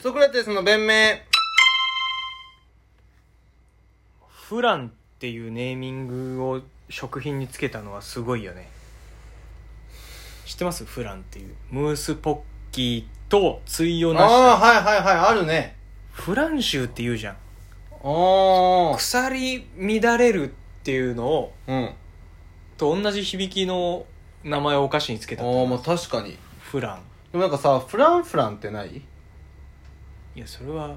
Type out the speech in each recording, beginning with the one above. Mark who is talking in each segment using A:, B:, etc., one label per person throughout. A: ソクラテスの弁明
B: フランっていうネーミングを食品につけたのはすごいよね知ってますフランっていうムースポッキーと対応なし
A: ああ
B: の
A: はいはいはいあるね
B: フランシューっていうじゃん
A: あ
B: 鎖乱れるっていうのを
A: あうん
B: と同じ響きの名前をお菓子につけた
A: あ
B: と思
A: あ
B: い
A: ま
B: ま
A: あ
B: す
A: 確かに
B: フラン
A: でもなんかさフランフランってない
B: いやそれは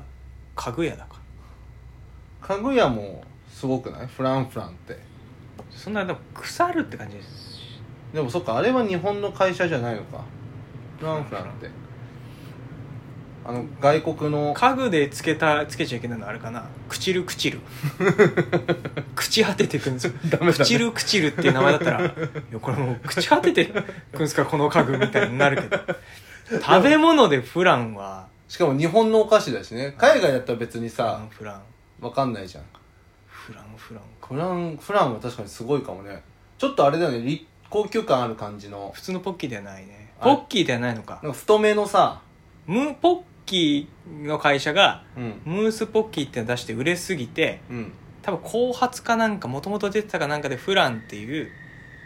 B: 家具屋だか
A: かぐやもすごくないフランフランって
B: らそんなでも腐るって感じです
A: でもそっかあれは日本の会社じゃないのかフランフランってあの外国の
B: 家具でつけたつけちゃいけないのあれかなクチル クチル朽ち果ててくんですよ
A: ダメだね
B: クチルクチルっていう名前だったらいやこれもう朽ち果ててくんすかこの家具みたいになるけど食べ物でフランは
A: しかも日本のお菓子だしね海外だったら別に
B: フラ
A: さ
B: ンフラン
A: わかんないじゃん
B: フランフランか
A: フランフランは確かにすごいかもねちょっとあれだよねり高級感ある感じの
B: 普通のポッキーではないね
A: あ
B: ポ
A: れ
B: ッキーではないのか
A: なんか太めのさ
B: ムーポッキーの会社が
A: うん
B: ムースポッキーっての出して売れすぎて
A: うん
B: 多分後発かなんかもともと出てたかなんかでフランっていう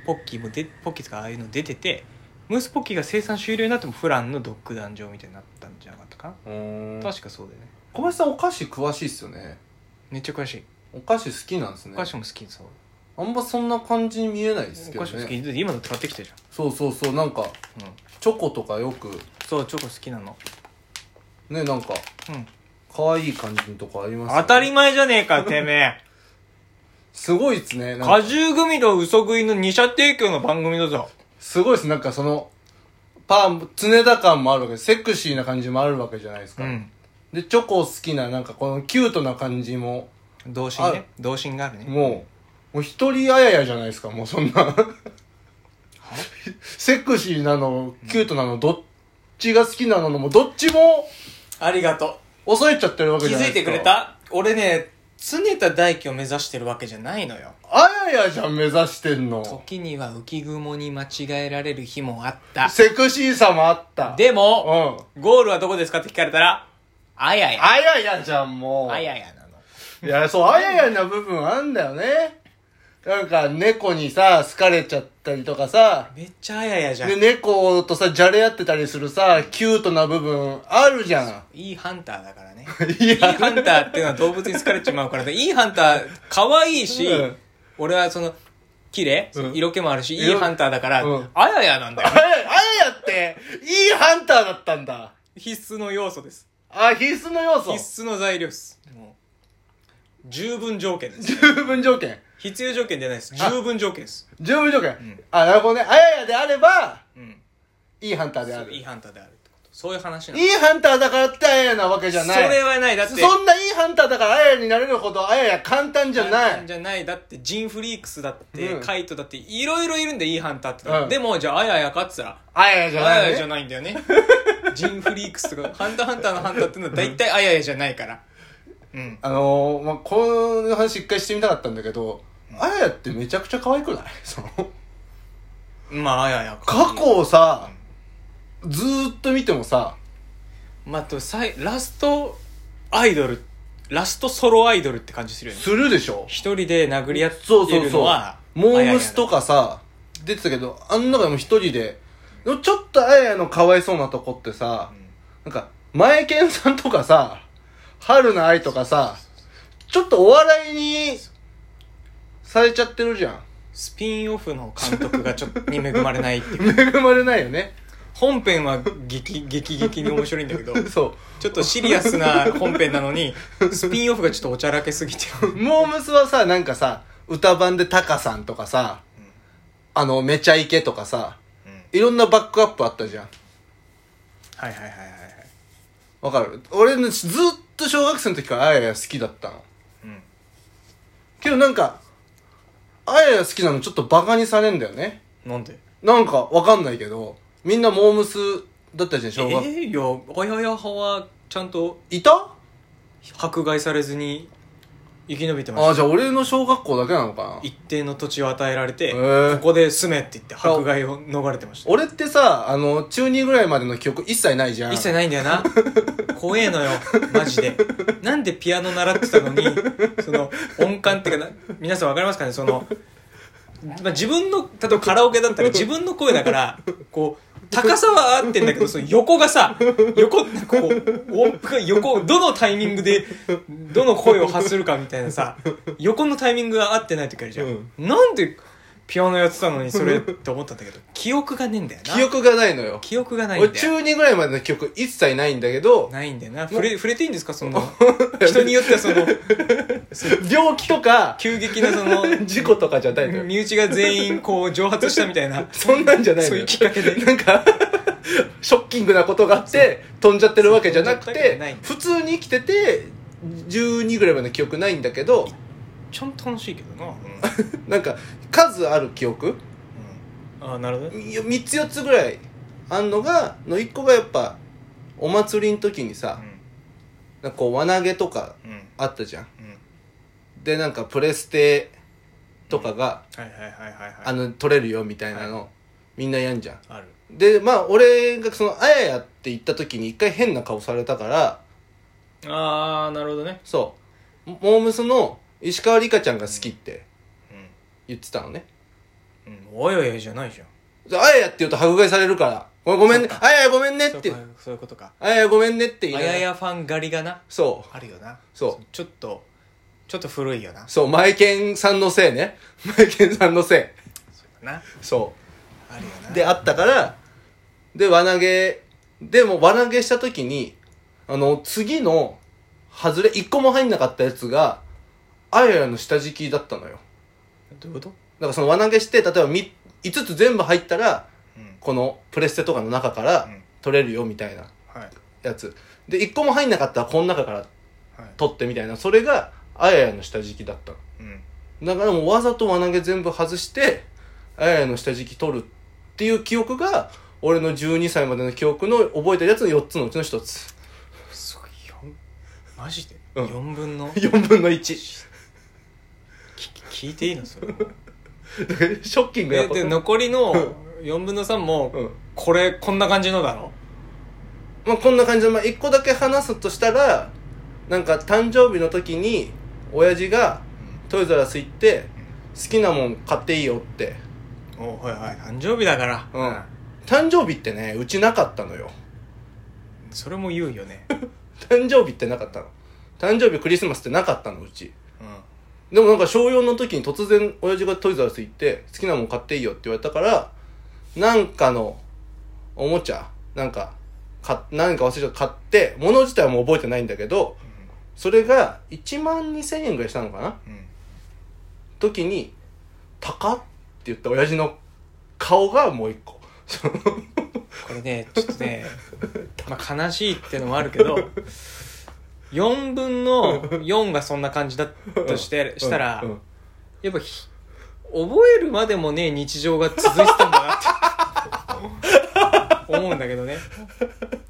B: ポッキーもでポッキーとかああいうの出ててムースポッキーが生産終了になってもフランのドッグ壇上みたいになったんじゃなかったかな、
A: うーん
B: 確かそうだよね
A: 小林さんお菓子詳しいっすよね
B: めっちゃ詳しい
A: お菓子好きなんですね
B: お菓子も好きそう、
A: あんまそんな感じに見えないですけど
B: お菓子も好
A: ね
B: き今の買ってきたじ
A: そうそうそうなんか
B: ゃん、うん、
A: チョコとかよく
B: そうチョコ好きなの
A: ねなんか
B: うん
A: 可愛い感じのとこありますよね
B: 当たり前じゃねえかてめえ
A: すごいっすねなんか
B: 果汁組と嘘食いの二者提供の番組だぞ
A: すごいっすなんかそのパン常田感もあるわけセクシーな感じもあるわけじゃないです
B: う
A: か、
B: ん
A: でチョコ好きななんかこのキュートな感じも
B: 童心ね童心があるね
A: もうもう一人あややじゃないですかもうそんなセクシーなのキュートなのどっちが好きなのもどっちも
B: ありがとう
A: 抑えちゃってるわけ
B: 気
A: じゃな
B: づ
A: い
B: い
A: で
B: て
A: す
B: く
A: か
B: れた俺ね常田大輝を目指してるわけじゃないのよ
A: あややじゃん目指してんの
B: 時には浮雲に間違えられる日もあった
A: セクシーさもあった
B: で
A: うん
B: もゴールはどこですかって聞かれたらあやや
A: あややじゃんもう
B: あややなの
A: いや、そう、あややな部分あんだよね。なんか、猫にさ、好かれちゃったりとかさ、
B: めっちゃあややじゃん
A: で、猫とさ、じゃれ合ってたりするさ、キュートな部分あるじゃん。
B: いいハンターだからね
A: い
B: いい
A: や
B: ハンターっていうのは動物に好かれちまうからねいいハンター可愛いし、
A: うん
B: 俺はその綺麗、
A: うん
B: 色気もあるしい
A: 色
B: いハンターだから、
A: うん
B: あややなんだ
A: あ
B: よ
A: やや、あややって、いいハンターだったんだ。
B: 必須の要素です
A: あ、必須の要素。
B: 必須の材料ですもう十分条件です
A: 十分条件。
B: 必要条件じゃないです十分条件です
A: 十分条件。
B: ん
A: あ、なるほどね。あややであれば、
B: うん
A: いいハンターであ
B: そう
A: る。
B: いい
A: いい
B: ハンターであるってことそういう話なの
A: ハンターだからってあややなわけじゃない。
B: それはないだって
A: そんないいハンターだからあややになれるほどあやや簡単じゃ
B: 簡
A: ない
B: 単。じゃないだってジンフリークスだって、
A: うん
B: カイトだっていろいろいるんでいいハンターって、
A: うん
B: でもじゃああややかっつったら
A: あややじゃな
B: あ
A: い、ね。
B: ややじゃないんだよね ジンフリークスとかハンターハンターのハンターってのは大体あややじゃないからうん
A: あのーまあ、この話一回してみたかったんだけど、あややってめちゃくちゃ可愛くない その、
B: まああややか
A: 過去をさ、ずーっと見てもさ、
B: まあとさいラストアイドルラストソロアイドルって感じするよね
A: するでしょ
B: 一人で殴り合って
A: そうそう
B: る
A: そ
B: の
A: う
B: は。
A: モ
B: あや
A: ー
B: や
A: ムスとかさ、出てたけど、あん中でも一人で、でもちょっとあややの可哀想なとこってさ、なんか、前健さんとかさ、春の愛とかさ、ちょっとお笑いに、されちゃってるじゃん。
B: スピンオフの監督がちょっとに恵まれないっていう
A: 恵まれないよね。
B: 本編は激激激に面白いんだけど
A: そう。
B: ちょっとシリアスな本編なのにスピンオフがちょっとおちゃらけすぎて
A: モームスはさ、なんかさ、歌版でタカさんとかさ、あの、めちゃイケとかさ、
B: うん
A: いろんなバックアップあったじゃん。
B: はいはいはいはいはい
A: わかる俺ね、ずっと小学生の時からあやや好きだったの。
B: うん
A: けどなんか、あやや好きなのちょっとバカにされんだよね。
B: なんで
A: なんかわかんないけど、みんなモームスだったじゃん、
B: え
A: 小学生。
B: ー、いやあやや派はちゃんと
A: いた
B: 迫害されずに生き延びてま
A: ああ
B: し
A: じゃあ俺の小学校だけなのかな
B: た一定の土地を与えられて、
A: へー
B: ここで住めって言って迫害を逃れてました
A: 俺ってさあの中2ぐらいまでの記憶一切ないじゃん
B: 一切ないんだ よな怖えのよマジでなんでピアノ習ってたのにその音感っていうかな皆さんわかりますかねその、まあ、自分の例えばカラオケだったら自分の声だからこう高さは合ってんだけどその横がさ横なんかこう音符が横どのタイミングでどの声を発するかみたいなさ横のタイミングが合ってない時あるじゃん、なんでピアノやってたのにそれって思ったんだけど記憶がねえんだよな
A: 記憶がないのよ
B: 記憶がないんだ
A: 俺
B: よ
A: 中2ぐらいまでの記憶一切ないんだけど
B: ないんだよな触れ触れていいんですかそ の人によっては その
A: 病気とか
B: 急激なその
A: 事故とかじゃないのよ
B: 身内が全員こう蒸発したみた いな
A: そんなんじゃない
B: そ
A: の
B: ういう
A: よ
B: きっかけで
A: なんかショッキングなことがあって飛んじゃってるわけじゃなく
B: そう飛んじゃって
A: て
B: るわけじゃない
A: 普通に生きてて12ぐらいまでの記憶ないんだけど
B: ちゃんと楽しいけどな、うん
A: なんか数ある記憶
B: ああなるほどね
A: 3つ4つぐらいあんのがの1個がやっぱお祭りの時にさなんかこう輪投げとか
B: うんうん
A: あったじゃん
B: うん
A: でなんかプレステとかが、
B: はいはいはいはい
A: あ
B: はい
A: の取れるよみたいなの、みんなやんじゃん
B: ある
A: でまあ俺がそのあややって行った時に一回変な顔されたから
B: ああなるほどね
A: そうモームスの石川梨花ちゃんが好きって言ってたのね
B: うん、うん、おいおいおいじゃないじゃん
A: であややって言うと迫害されるからごめんごめんね
B: そっ
A: あややごめんねっ
B: そう
A: て
B: かそういうことか
A: あややごめんねって言
B: あ
A: いながら
B: ややファン狩りがな
A: そう
B: あるよな
A: そう
B: ちょっとちょっと古いよな
A: そうマエケンさんのせいね マエケンさんのせい
B: そうだな
A: そ
B: あるよな
A: うであったからで輪投げでも輪投げした時にあの次の外れ一個も入んなかったやつがあややの下敷きだったのよ
B: どういうこと、
A: だからその輪投げして例えばみ5つ全部入ったら
B: うん
A: このプレステとかの中から
B: うん
A: 取れるよみたいな
B: はい
A: やつで1個も入んなかったらこの中から
B: はい
A: 取ってみたいなそれがあややの下敷きだったの
B: うん
A: だからもうわざと輪投げ全部外してあややの下敷き取るっていう記憶が俺の12歳までの記憶の覚えてるやつの4つのうちの1つ
B: すごい4マジで、
A: うん
B: 4分の聞
A: 4分の1
B: 聞いていいのそれ
A: ショッキングや
B: で
A: っぱ
B: で残りの4分の3も、
A: うん
B: これこんな感じのだろ
A: まあ、こんな感じで、まあ、一個だけ話すとしたらなんか誕生日の時に親父がトイザらス行って好きなもん買っていいよって
B: おはいはい誕生日だから
A: うん誕生日ってねうちなかったのよ
B: それも言うよねうん
A: 誕生日ってなかったの誕生日クリスマスってなかったのうちでもなんか小4の時に突然親父がトイザらス行って好きなもん買っていいよって言われたからなんかのおもちゃなんかか何か忘れちゃった買って物自体はもう覚えてないんだけどそれが1万2000円ぐらいしたのかな
B: うんうん
A: 時に「高っ」って言った親父の顔がもう一個その
B: これねちょっと ね、まあ、悲しいってのもあるけど4分の4がそんな感じだ としてしたら、
A: うんうん
B: やっぱひ覚えるまでもねえ日常が続いてたんだなって思うんだけどね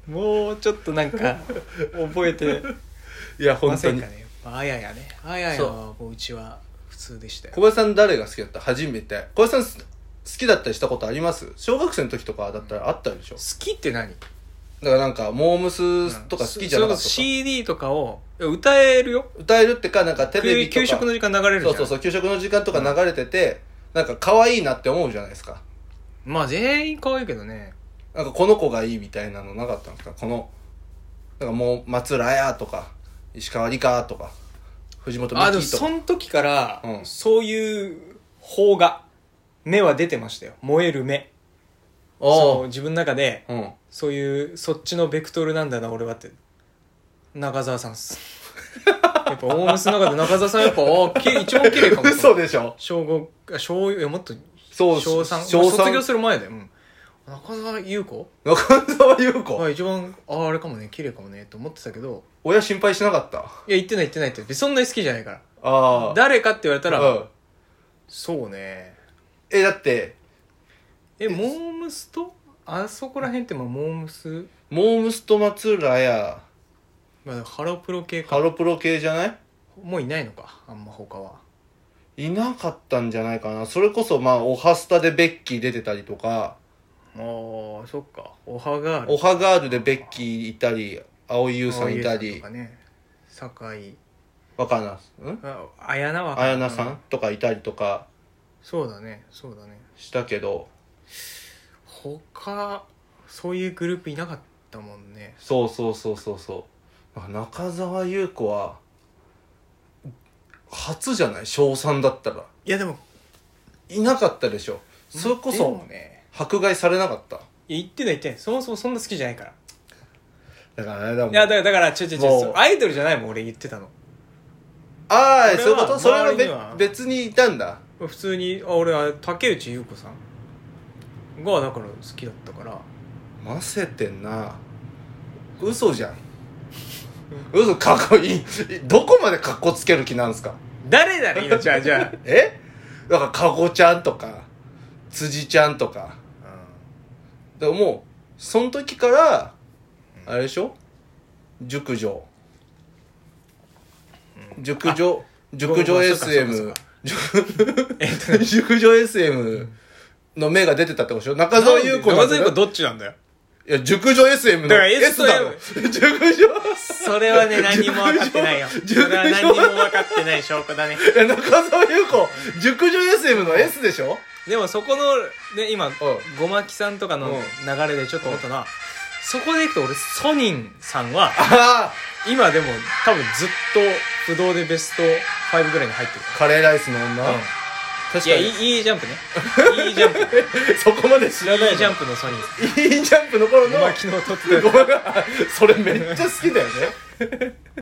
B: もうちょっとなんか覚えて
A: いや
B: ま
A: 本
B: せ
A: 当
B: ん
A: に
B: かねまああややねあややはもううちは普通でしたよ
A: 小林さん誰が好きだった初めて小林さんす好きだったりしたことあります小学生の時とかだったらあったでしょ
B: 好きって何
A: だからなんかモームスとか好きじゃなかった
B: そ
A: と
B: そ
A: か
B: う CD とかをいや歌えるよ
A: 歌えるってかなんかテレビとか
B: 給食の時間流れるじゃ
A: そ
B: ん
A: うそうそう給食の時間とか流れてて、なんか可愛いなって思うじゃないですか
B: まあ全員可愛いけどね
A: なんかこの子がいいみたいなのなかったんですかこのなんかもう松浦綾とか石川梨花とか藤本
B: あで
A: 美
B: も
A: 希と
B: そ
A: か
B: の時から、
A: うん
B: そういう方が目は出てましたよ燃える目そう
A: お
B: 自分の中で
A: ううん
B: そういう、そっちのベクトルなんだな、俺はって。中澤さんっ す。やっぱ、大スの中で中澤さんやっぱ、おき一番綺麗かも。
A: 嘘でしょ
B: 小五あ小四いや、もっと、
A: そう
B: 小三
A: 小三
B: 卒業する前だよ。うん中澤優子
A: 中澤優子、
B: は一番、あ、あれかもね、綺麗かもね、と思ってたけど、
A: 親心配しなかった
B: いや、言ってない言ってないって、そんなに好きじゃないか
A: あ
B: ら。
A: あ
B: 誰かって言われた
A: う
B: ら、
A: ん、
B: そうね。
A: えだって
B: え、モームスとあそこら辺って、まあ、モームス、
A: モームスと松浦や
B: まあ、ハロプロ系か。
A: ハロプロ系じゃない
B: もういないのかあんま他はい
A: なかったんじゃないかなそれこそまあおはスタでベッキー出てたりとか
B: ああそっかおはがある
A: おはガールでベッキーいたり蒼井優さんいた
B: 青
A: り
B: 井さんとかね酒井
A: 若菜ん
B: あ綾菜は
A: 綾菜さんとかいたりとか
B: そうだねそうだね
A: したけど
B: 他そういうグループいなかったもんね
A: そうそうそうそうそう中澤裕子は初じゃない小3だったら
B: いやでも
A: いなかったでしょそれこ
B: で
A: そ
B: もね
A: 迫害されなかった
B: いや言ってない言ってないそもそもそんな好きじゃないから
A: だからあれだも
B: い
A: ん
B: やだからだからちょちょち
A: もう
B: ょアイドルじゃないもん俺言ってたの
A: ああ
B: そ
A: そうい
B: れ
A: う
B: は
A: ことそれは
B: 周り
A: べ
B: には
A: 別にいたんだ
B: 普通にあ俺は竹内優子さんがだから好きだったから
A: ませてんな嘘じゃん嘘かっこいいどこまでかっこつける気なんですか
B: 誰だね今じゃあじ ゃ
A: えだからかごちゃんとか辻ちゃんとか
B: あ、
A: だからもうその時からあれでしょ熟女熟女熟女
B: そうかそうか
A: SM
B: うん、えっと
A: 熟女 SM の目が出てたってことでしょ中澤優子
B: なん
A: なんてね
B: で中澤優子どっちなんだよ
A: いや熟女 SM の
B: だから
A: S だろ
B: S
A: 熟女
B: それはね何も分かって ないよそ
A: 熟女
B: れは何も分かってない証拠だね
A: いや中澤優子熟女 SM の S でしょ
B: でもそこのね今ごまきさんとかの
A: うん
B: 流れでちょっと思ったのはそこでいくと俺ソニンさんは
A: ああ
B: 今でも多分ずっと不動でベスト5ぐらいに入ってるか
A: カレーライスの女、
B: ら、うん
A: 確
B: いや
A: か
B: い
A: に
B: いいいジャンプねいいジャンプい
A: そこまで知らない
B: いジャ
A: ン
B: ンプのソニー
A: プいいジャンプの頃の
B: 今昨日撮ってた
A: ごめんそれめっちゃ好きだよね